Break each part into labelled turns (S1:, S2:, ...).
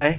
S1: 哎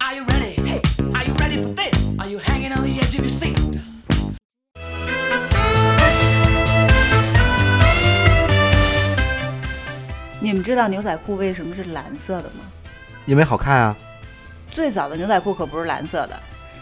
S2: Are you ready? Hey, are you ready for this? Are you hanging on the edge of your seat?
S3: 你们知道牛仔裤为什么是蓝色的吗？
S1: 因为好看啊！
S3: 最早的牛仔裤可不是蓝色的，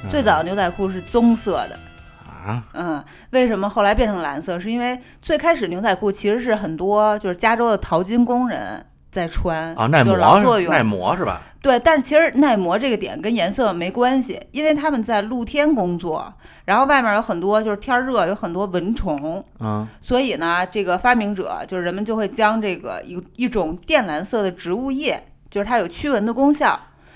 S3: 最早的牛仔裤是棕色的。
S1: 啊，
S3: 嗯，为什么后来变成蓝色？是因为最开始牛仔裤其实是很多就是加州的淘金工人在穿
S1: 啊，耐
S3: 就
S1: 磨
S3: 是劳作
S1: 是
S3: 用
S1: 耐磨是吧？
S3: 对，但是其实耐磨这个点跟颜色没关系，因为他们在露天工作，然后外面有很多就是天儿热，有很多蚊虫，
S1: 嗯，
S3: 所以呢，这个发明者就是人们就会将这个一一种靛蓝色的植物液，就是它有驱蚊的功效，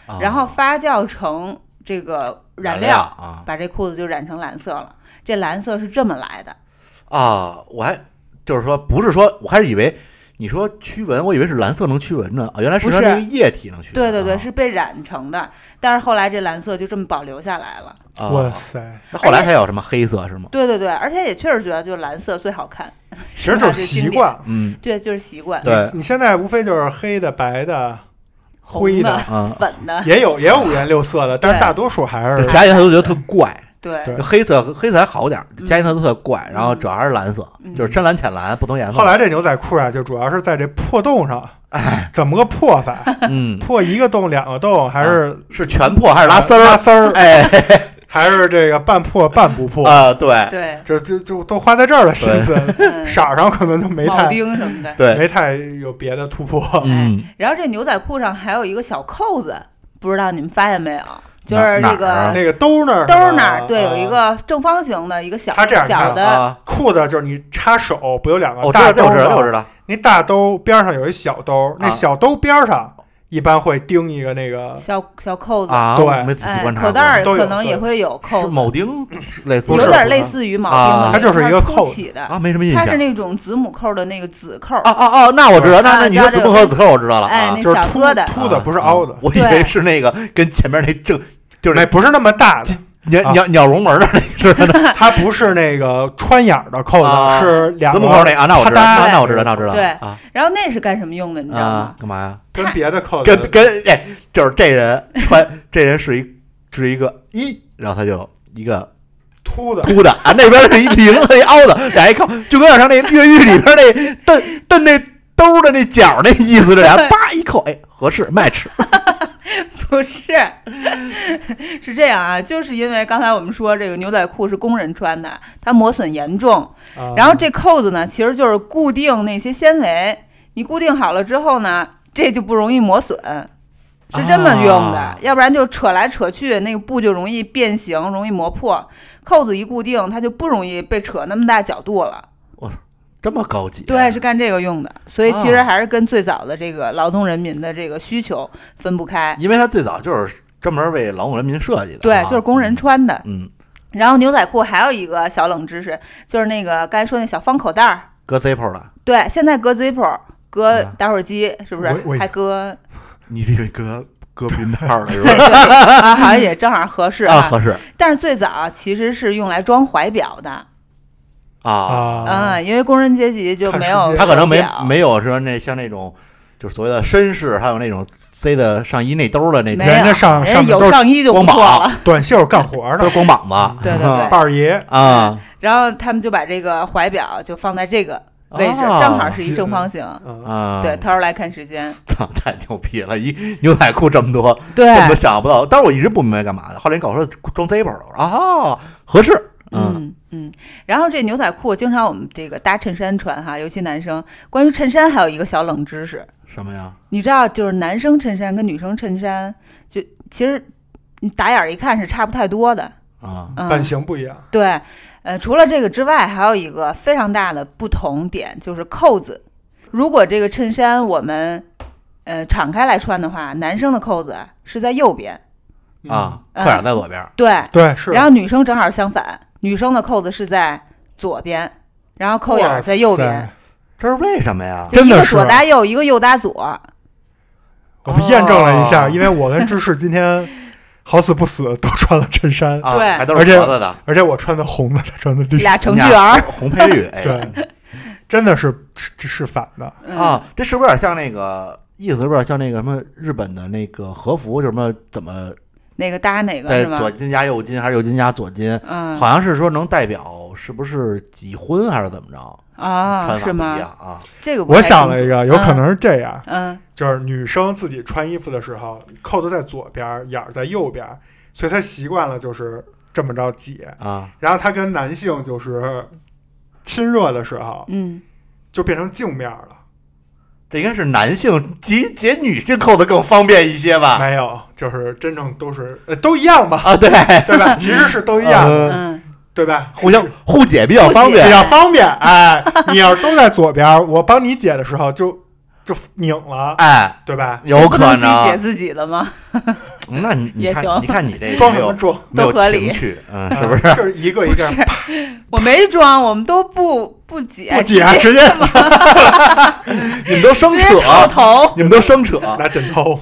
S1: 啊
S3: 然后发酵成这个
S1: 燃
S3: 燃料，
S1: 啊
S3: 把这裤子就染成蓝色了。这蓝色是这么来的，
S1: 啊！我还就是说，不是说，我还是以为你说驱蚊，我以为是蓝色能驱蚊呢啊，原来是
S3: 不
S1: 它
S3: 是
S1: 那个液体能驱蚊。
S3: 对对对，
S1: 啊
S3: 是被染成的。但是后来这蓝色就这么保留下来了。
S1: 啊
S4: 哇塞，
S1: 那后来还有什么黑色是吗？
S3: 对对对，而且也确实觉得就是蓝色最好看，
S4: 其实就是习惯。
S1: 嗯，
S3: 对，就是习惯，
S1: 对，
S4: 你现在无非就是黑的、白的、灰
S3: 红的、
S1: 嗯
S3: 粉的，
S4: 也 有也有五颜六色的，但是
S3: 对
S4: 大多数还
S1: 对
S4: 是
S1: 家里他都觉得特怪，
S3: 对
S4: 对
S1: 就黑色黑色还好点儿，
S3: 嗯
S1: 家里他都特怪，然后
S3: 嗯
S1: 主要还是蓝色，
S3: 嗯
S1: 就是深蓝浅蓝不同颜色。
S4: 后来这牛仔裤啊，就主要是在这破洞上，
S1: 哎
S4: 怎么个破 法？
S1: 嗯，
S4: 破一个洞、两个洞，还是
S1: 是全破还是啊拉丝儿？
S4: 拉丝儿，
S1: 哎
S4: 还是这个半破半不破？
S1: 啊，对
S3: 对，
S4: 就就就都花在这儿了心思，
S3: 嗯
S4: 色哎儿上可能就没
S3: 铆
S4: 太
S3: 钉什么的。
S1: 对，
S4: 没太有别的突破。
S1: 嗯，
S3: 然后这牛仔裤上还有一个小扣子，不知道你们发现没有？就是
S1: 哪
S3: 这
S1: 哪儿啊
S3: 个
S4: 那个兜那儿，
S3: 兜儿那儿，对，
S4: 啊
S3: 有一个正方形的一个小
S4: 它这样看
S3: 小哎的，
S1: 啊，
S4: 裤子，就是你插手不有两
S1: 我
S4: 个
S1: 知道，
S4: 大兜
S1: 哦这我知道，这我
S4: 儿
S1: 知
S4: 吗？
S1: 道。
S4: 那大兜边上有一小兜，那
S1: 啊
S4: 小兜边上一般会钉一个那个，
S3: 小小扣子，
S1: 啊，
S4: 对
S1: 我没仔细
S3: 哎，
S1: 观察过。
S3: 口袋儿
S4: 都有
S3: 可能也会有
S1: 是
S3: 扣子，
S1: 铆钉类似，
S4: 不是
S3: 有点类似于铆钉
S1: 啊
S3: 的，
S4: 它就是一个
S3: 凸
S4: 扣子
S3: 起的，
S1: 啊，没什么印象。
S3: 它是那种子母扣的那个子扣，
S1: 啊啊啊，那我知道，那那
S3: 啊
S1: 你说子
S3: 知道
S1: 不
S3: 这
S1: 和子
S3: 个
S1: 扣，我知道了。
S3: 哎，
S1: 啊
S3: 那
S4: 就是
S3: 小
S4: 凸
S3: 疙瘩，
S4: 凸的不是凹的
S1: 啊，我以为是那个跟前面那正就是
S4: 那
S1: 那
S4: 不是那么 大的，
S1: 鸟
S4: 啊
S1: 鸟鸟笼门的那似的那
S4: 它不是那个穿眼儿的扣子，
S1: 啊
S4: 是两
S1: 子
S4: 个
S1: 母扣那啊，那我知道，
S4: 啪
S1: 那
S4: 嗒
S1: 那我知道，那我知道。
S3: 对
S1: 啊
S3: 然后那是干什么用的？你知道
S1: 啊
S3: 吗，？
S1: 干嘛呀？
S4: 跟别的扣子
S1: 跟跟哎，就是这人穿，这人是一是一个一，然后他就一个
S4: 凸的。
S1: 凸的啊，那边是一零和一凹的，俩一靠，就跟要上那越狱里边那蹬蹬那兜的那角那意思，这俩叭一扣，哎，合适 match
S3: 不是，是这样啊，就是因为刚才我们说这个牛仔裤是工人穿的，它磨损严重，
S4: 啊
S3: 然后这扣子呢，其实就是固定那些纤维，你固定好了之后呢，这就不容易磨损，是这么用的。
S1: 啊
S3: 要不然就扯来扯去，那个布就容易变形，容易磨破。扣子一固定，它就不容易被扯那么大角度了。
S1: 这么高级？
S3: 对，是干这个用的。所以其实
S1: 啊
S3: 还是跟最早的这个劳动人民的这个需求分不开。
S1: 因为它最早就是专门为劳动人民设计的，
S3: 对
S1: 啊，
S3: 就是工人。穿的。
S1: 嗯，
S3: 然后牛仔裤还有一个小冷知识，就是那个刚才说那小方口袋儿，
S1: 搁 Zippo 的，
S3: 对，现在搁 zipper，搁
S1: 啊
S3: 打火机，是不是
S4: 我我？
S3: 还搁
S1: 你这个搁 搁避孕套的是吧？
S3: 啊，好像也正好合适
S1: 啊，合适
S3: 但是最早其实是用来装怀表的，
S1: 啊，
S4: 啊，
S3: 嗯，因为工人阶级就没
S4: 看世
S3: 有
S4: 界
S1: 他可能没
S3: 手表
S1: 没有说那像那种就是所谓的绅士，还有那种塞的上衣内兜的那种
S3: 没有，
S4: 人家上
S3: 哎人家
S4: 上面都
S3: 有
S4: 是
S3: 上衣就不错了。
S4: 短袖干活
S1: 都
S4: 的
S1: 是光膀子
S3: 对对对，
S4: 伴儿爷，
S1: 啊，
S3: 然后他们就把这个怀表就放在这个位置，
S1: 啊
S3: 正好是一正方形。
S4: 嗯
S1: 啊，
S3: 对，掏出来看时间，
S1: 操，太牛逼了！一牛仔裤这么多，
S3: 对
S1: 根本想象不到。但是我一直不明白干嘛的。后来你告诉我说装 Zippo 了，我说啊，合适。嗯，
S3: 嗯嗯，然后这牛仔裤经常我们这个搭衬衫穿哈，尤其男生。关于衬衫还有一个小冷知识，
S1: 什么呀？
S3: 你知道，就是男生衬衫跟女生衬衫，就其实你打眼儿一看是差不太多的。
S1: 啊，
S3: 嗯，
S4: 版型不一样，
S3: 对，呃，除了这个之外，还有一个非常大的不同点就是扣子。如果这个衬衫我们呃敞开来穿的话，男生的扣子是在右边，
S4: 嗯
S1: 啊，快点在左边。
S3: 对，
S4: 嗯，对，是
S3: 然后女生正好相反，女生的扣子是在左边，然后扣眼儿在右边，
S1: 这是为什么呀？
S3: 就
S4: 真
S3: 一
S4: 的
S3: 个
S4: 是
S3: 左搭右，一个右搭左。
S4: 我们验证了一下，
S1: 哦
S4: 因为我跟芝士今天好死不死都穿了衬衫，
S1: 啊，
S3: 对
S1: 还都是
S4: 而且
S1: 盒子的，
S4: 而且我穿的红的，他穿的绿的，
S3: 俩程序员儿，
S1: 红配绿，哎呀
S4: 对，真的是是是反的。
S1: 啊，这是不是有点像那个意思？有点像那个什么日本的那个和服，就什么怎么
S3: 哪个搭哪个
S1: 在
S3: 是吗
S1: 左？金加右金，还是右金加左金？
S3: 嗯
S1: 好像是说能代表是不是几婚还是怎么着？
S3: 啊，
S1: 穿法
S3: 是
S1: 不
S3: 吗
S1: 一？样啊，
S3: 这个不
S4: 我
S3: 太
S4: 想
S3: 清
S4: 了一
S3: 楚
S4: 个，有可能是这样，
S3: 嗯
S4: 就是女生自己穿衣服的时候，扣子在左边，眼儿在右边，所以她习惯了就是这么着解。
S1: 啊，
S4: 然后她跟男性就是亲热的时候，
S3: 嗯，
S4: 就变成镜面了。
S1: 这应该是男性解解女性扣的更方便一些吧？
S4: 没有，就是真正都是、呃、都一样吧，
S1: 啊，对，
S4: 对吧？其实是都一样，
S1: 呃，
S3: 嗯
S4: 对吧？
S1: 互相
S4: 是
S1: 互解比较方
S3: 互
S4: 比
S1: 便
S3: 解
S4: 较方便。哎，你要是都在左边，我帮你解的时候就就拧了，
S1: 哎，
S4: 对吧？
S1: 有
S3: 不
S1: 可
S3: 能自己解
S1: 能。
S3: 自己的吗？
S1: 嗯那你你
S3: 也
S1: 看，
S3: 行
S1: 你 看你这
S4: 装
S1: 没
S4: 什么
S1: 有
S4: 装？
S1: 没有
S3: 都合理
S1: 情趣，嗯，
S4: 啊
S1: 是 不是？
S4: 就是一个一个
S3: 是我没装，我们都不不解，
S4: 不解，啊直接
S1: 你们都生
S3: 直
S1: 扯
S3: 接，套头，
S1: 你们都生 扯，
S4: 拿剪刀。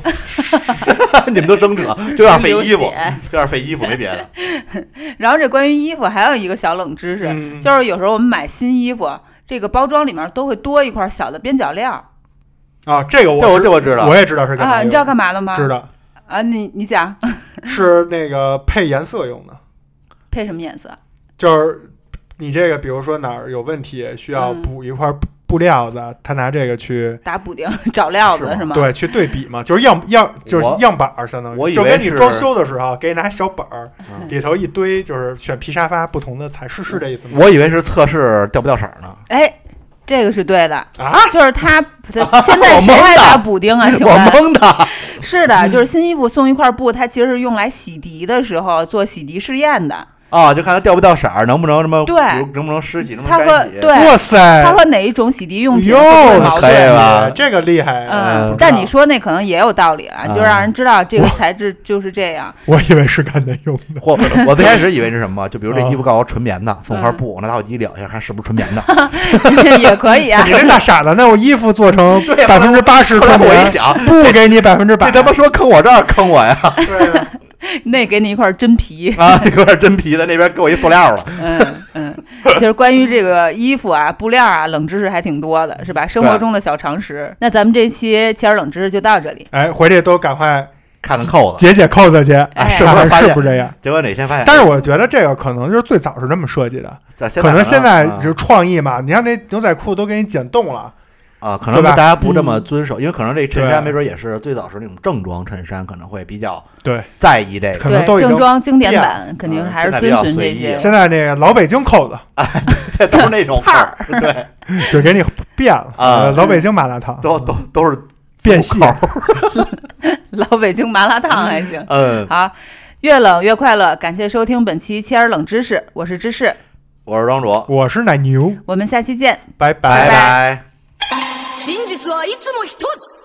S1: 你们都生扯，就有点费衣服
S3: 流血，
S1: 就有点费衣服，没别的。
S3: 然后这关于衣服还有一个小冷知识，
S4: 嗯
S3: 就是有时候我们买新衣服，这个包装里面都会多一块小的边角料
S4: 啊，这个我
S1: 嗯这我
S4: 知
S1: 这我知道
S4: 我，也知道是干嘛用
S3: 啊，
S4: 的。
S3: 你知道干嘛的吗？
S4: 知道
S3: 啊，你你讲
S4: 是那个配颜色用的，
S3: 配什么颜色？
S4: 就是你这个比如说哪儿有问题需要
S3: 嗯
S4: 补一块布布料子，他拿这个去。
S3: 打补丁 找料子
S1: 是吗
S3: 是吗？
S4: 对，去对比嘛，就是样样就是
S1: 我
S4: 样板儿，相当
S1: 我
S4: 于
S1: 以
S4: 就
S1: 为
S4: 跟你
S1: 是
S4: 装修的时候，啊给你拿小本儿，
S1: 嗯
S4: 里头一堆就是选皮沙发不同的材，是是这意思吗？
S1: 我以为是测试掉不掉色儿呢，
S3: 哎，这个是对的，
S4: 啊，
S3: 就 是他现在
S1: 我
S3: 谁
S1: 懵
S3: 还
S1: 的
S3: 打补丁 啊？请
S1: 我
S3: 问
S1: 蒙的。
S3: 是的，就是新衣服送一块布，它其实是用来洗涤的时候做洗涤试验的，
S1: 啊，就看它掉不掉色儿，能不能什么，
S3: 对
S1: 比如能不能湿洗，能不
S3: 它
S1: 能
S3: 和
S1: 干洗。
S3: 对
S4: 哇塞，
S3: 它和哪一种洗涤用品
S4: 哟
S3: 会不会，矛
S1: 哎可以
S3: 盾？
S1: 吧
S4: 这个厉害，
S1: 嗯
S4: 不
S3: 嗯
S4: 知，
S3: 但
S4: 道
S3: 你说那可能也有道理了，就
S1: 啊
S3: 让人知道这个材质就是这样。
S4: 我以为是干男用的，
S1: 我我最开始以为是什么，就比如这衣服告诉我纯棉的，送块布，我拿打火机燎一下，看是不是纯棉的。
S3: 也可以啊
S4: 你。这大傻子，那我衣服做成
S1: 对
S4: 百分之八十
S1: 后来
S4: 纯
S1: 我一
S4: 棉，
S1: 想，
S4: 不给你百分之百，
S1: 这他妈说坑我这儿坑我呀！
S4: 对啊
S3: 那给你一块真皮，
S1: 啊，有点真皮的，那边给我一塑料了。
S3: 嗯嗯，就是关于这个衣服啊、布料啊、冷知识还挺多的，是吧？生活中的小常识。那咱们这期切尔冷知识就到这里。
S4: 哎，回去都赶快
S1: 看看扣子，
S4: 解解扣子去，
S3: 哎
S4: 是不
S1: 哎发
S4: 是
S1: 现哎
S4: 是不是这样？
S1: 结果哪天发现，
S4: 但是我觉得这个可能就是最早是这么设计的，
S1: 在现在
S4: 可能现在
S1: 啊
S4: 就是创意嘛。你看那牛仔裤都给你剪洞了，
S1: 啊，可能
S4: 对吧
S1: 大家不这么
S4: 嗯
S1: 遵守，因为可能这衬衫
S4: 对
S1: 没准也是最早是那种正装衬衫，可能会比较
S4: 对
S1: 在意这 个。
S4: 可能
S3: 对
S4: 都已经
S3: 正装经典版肯定
S1: 嗯
S3: 还是
S1: 现在比
S3: 遵
S1: 较
S3: 循
S1: 随
S3: 这
S1: 意
S3: 些
S1: 了。
S4: 现在那个老北京扣子
S1: 这都是那种块儿，对，
S4: 就给你变了，
S1: 啊
S4: 呃老北京麻辣烫
S1: 都都都是
S4: 变细
S1: 粗口儿
S3: 老北京麻辣烫还行。
S1: 嗯，
S3: 好，越冷越快乐，感谢收听本期切尔冷知识，我是芝士，
S1: 我是庄主，
S4: 我是奶牛，
S3: 我们下期见。
S4: 拜拜
S1: 拜。
S3: 拜
S1: 拜
S5: 真実はいつも一つ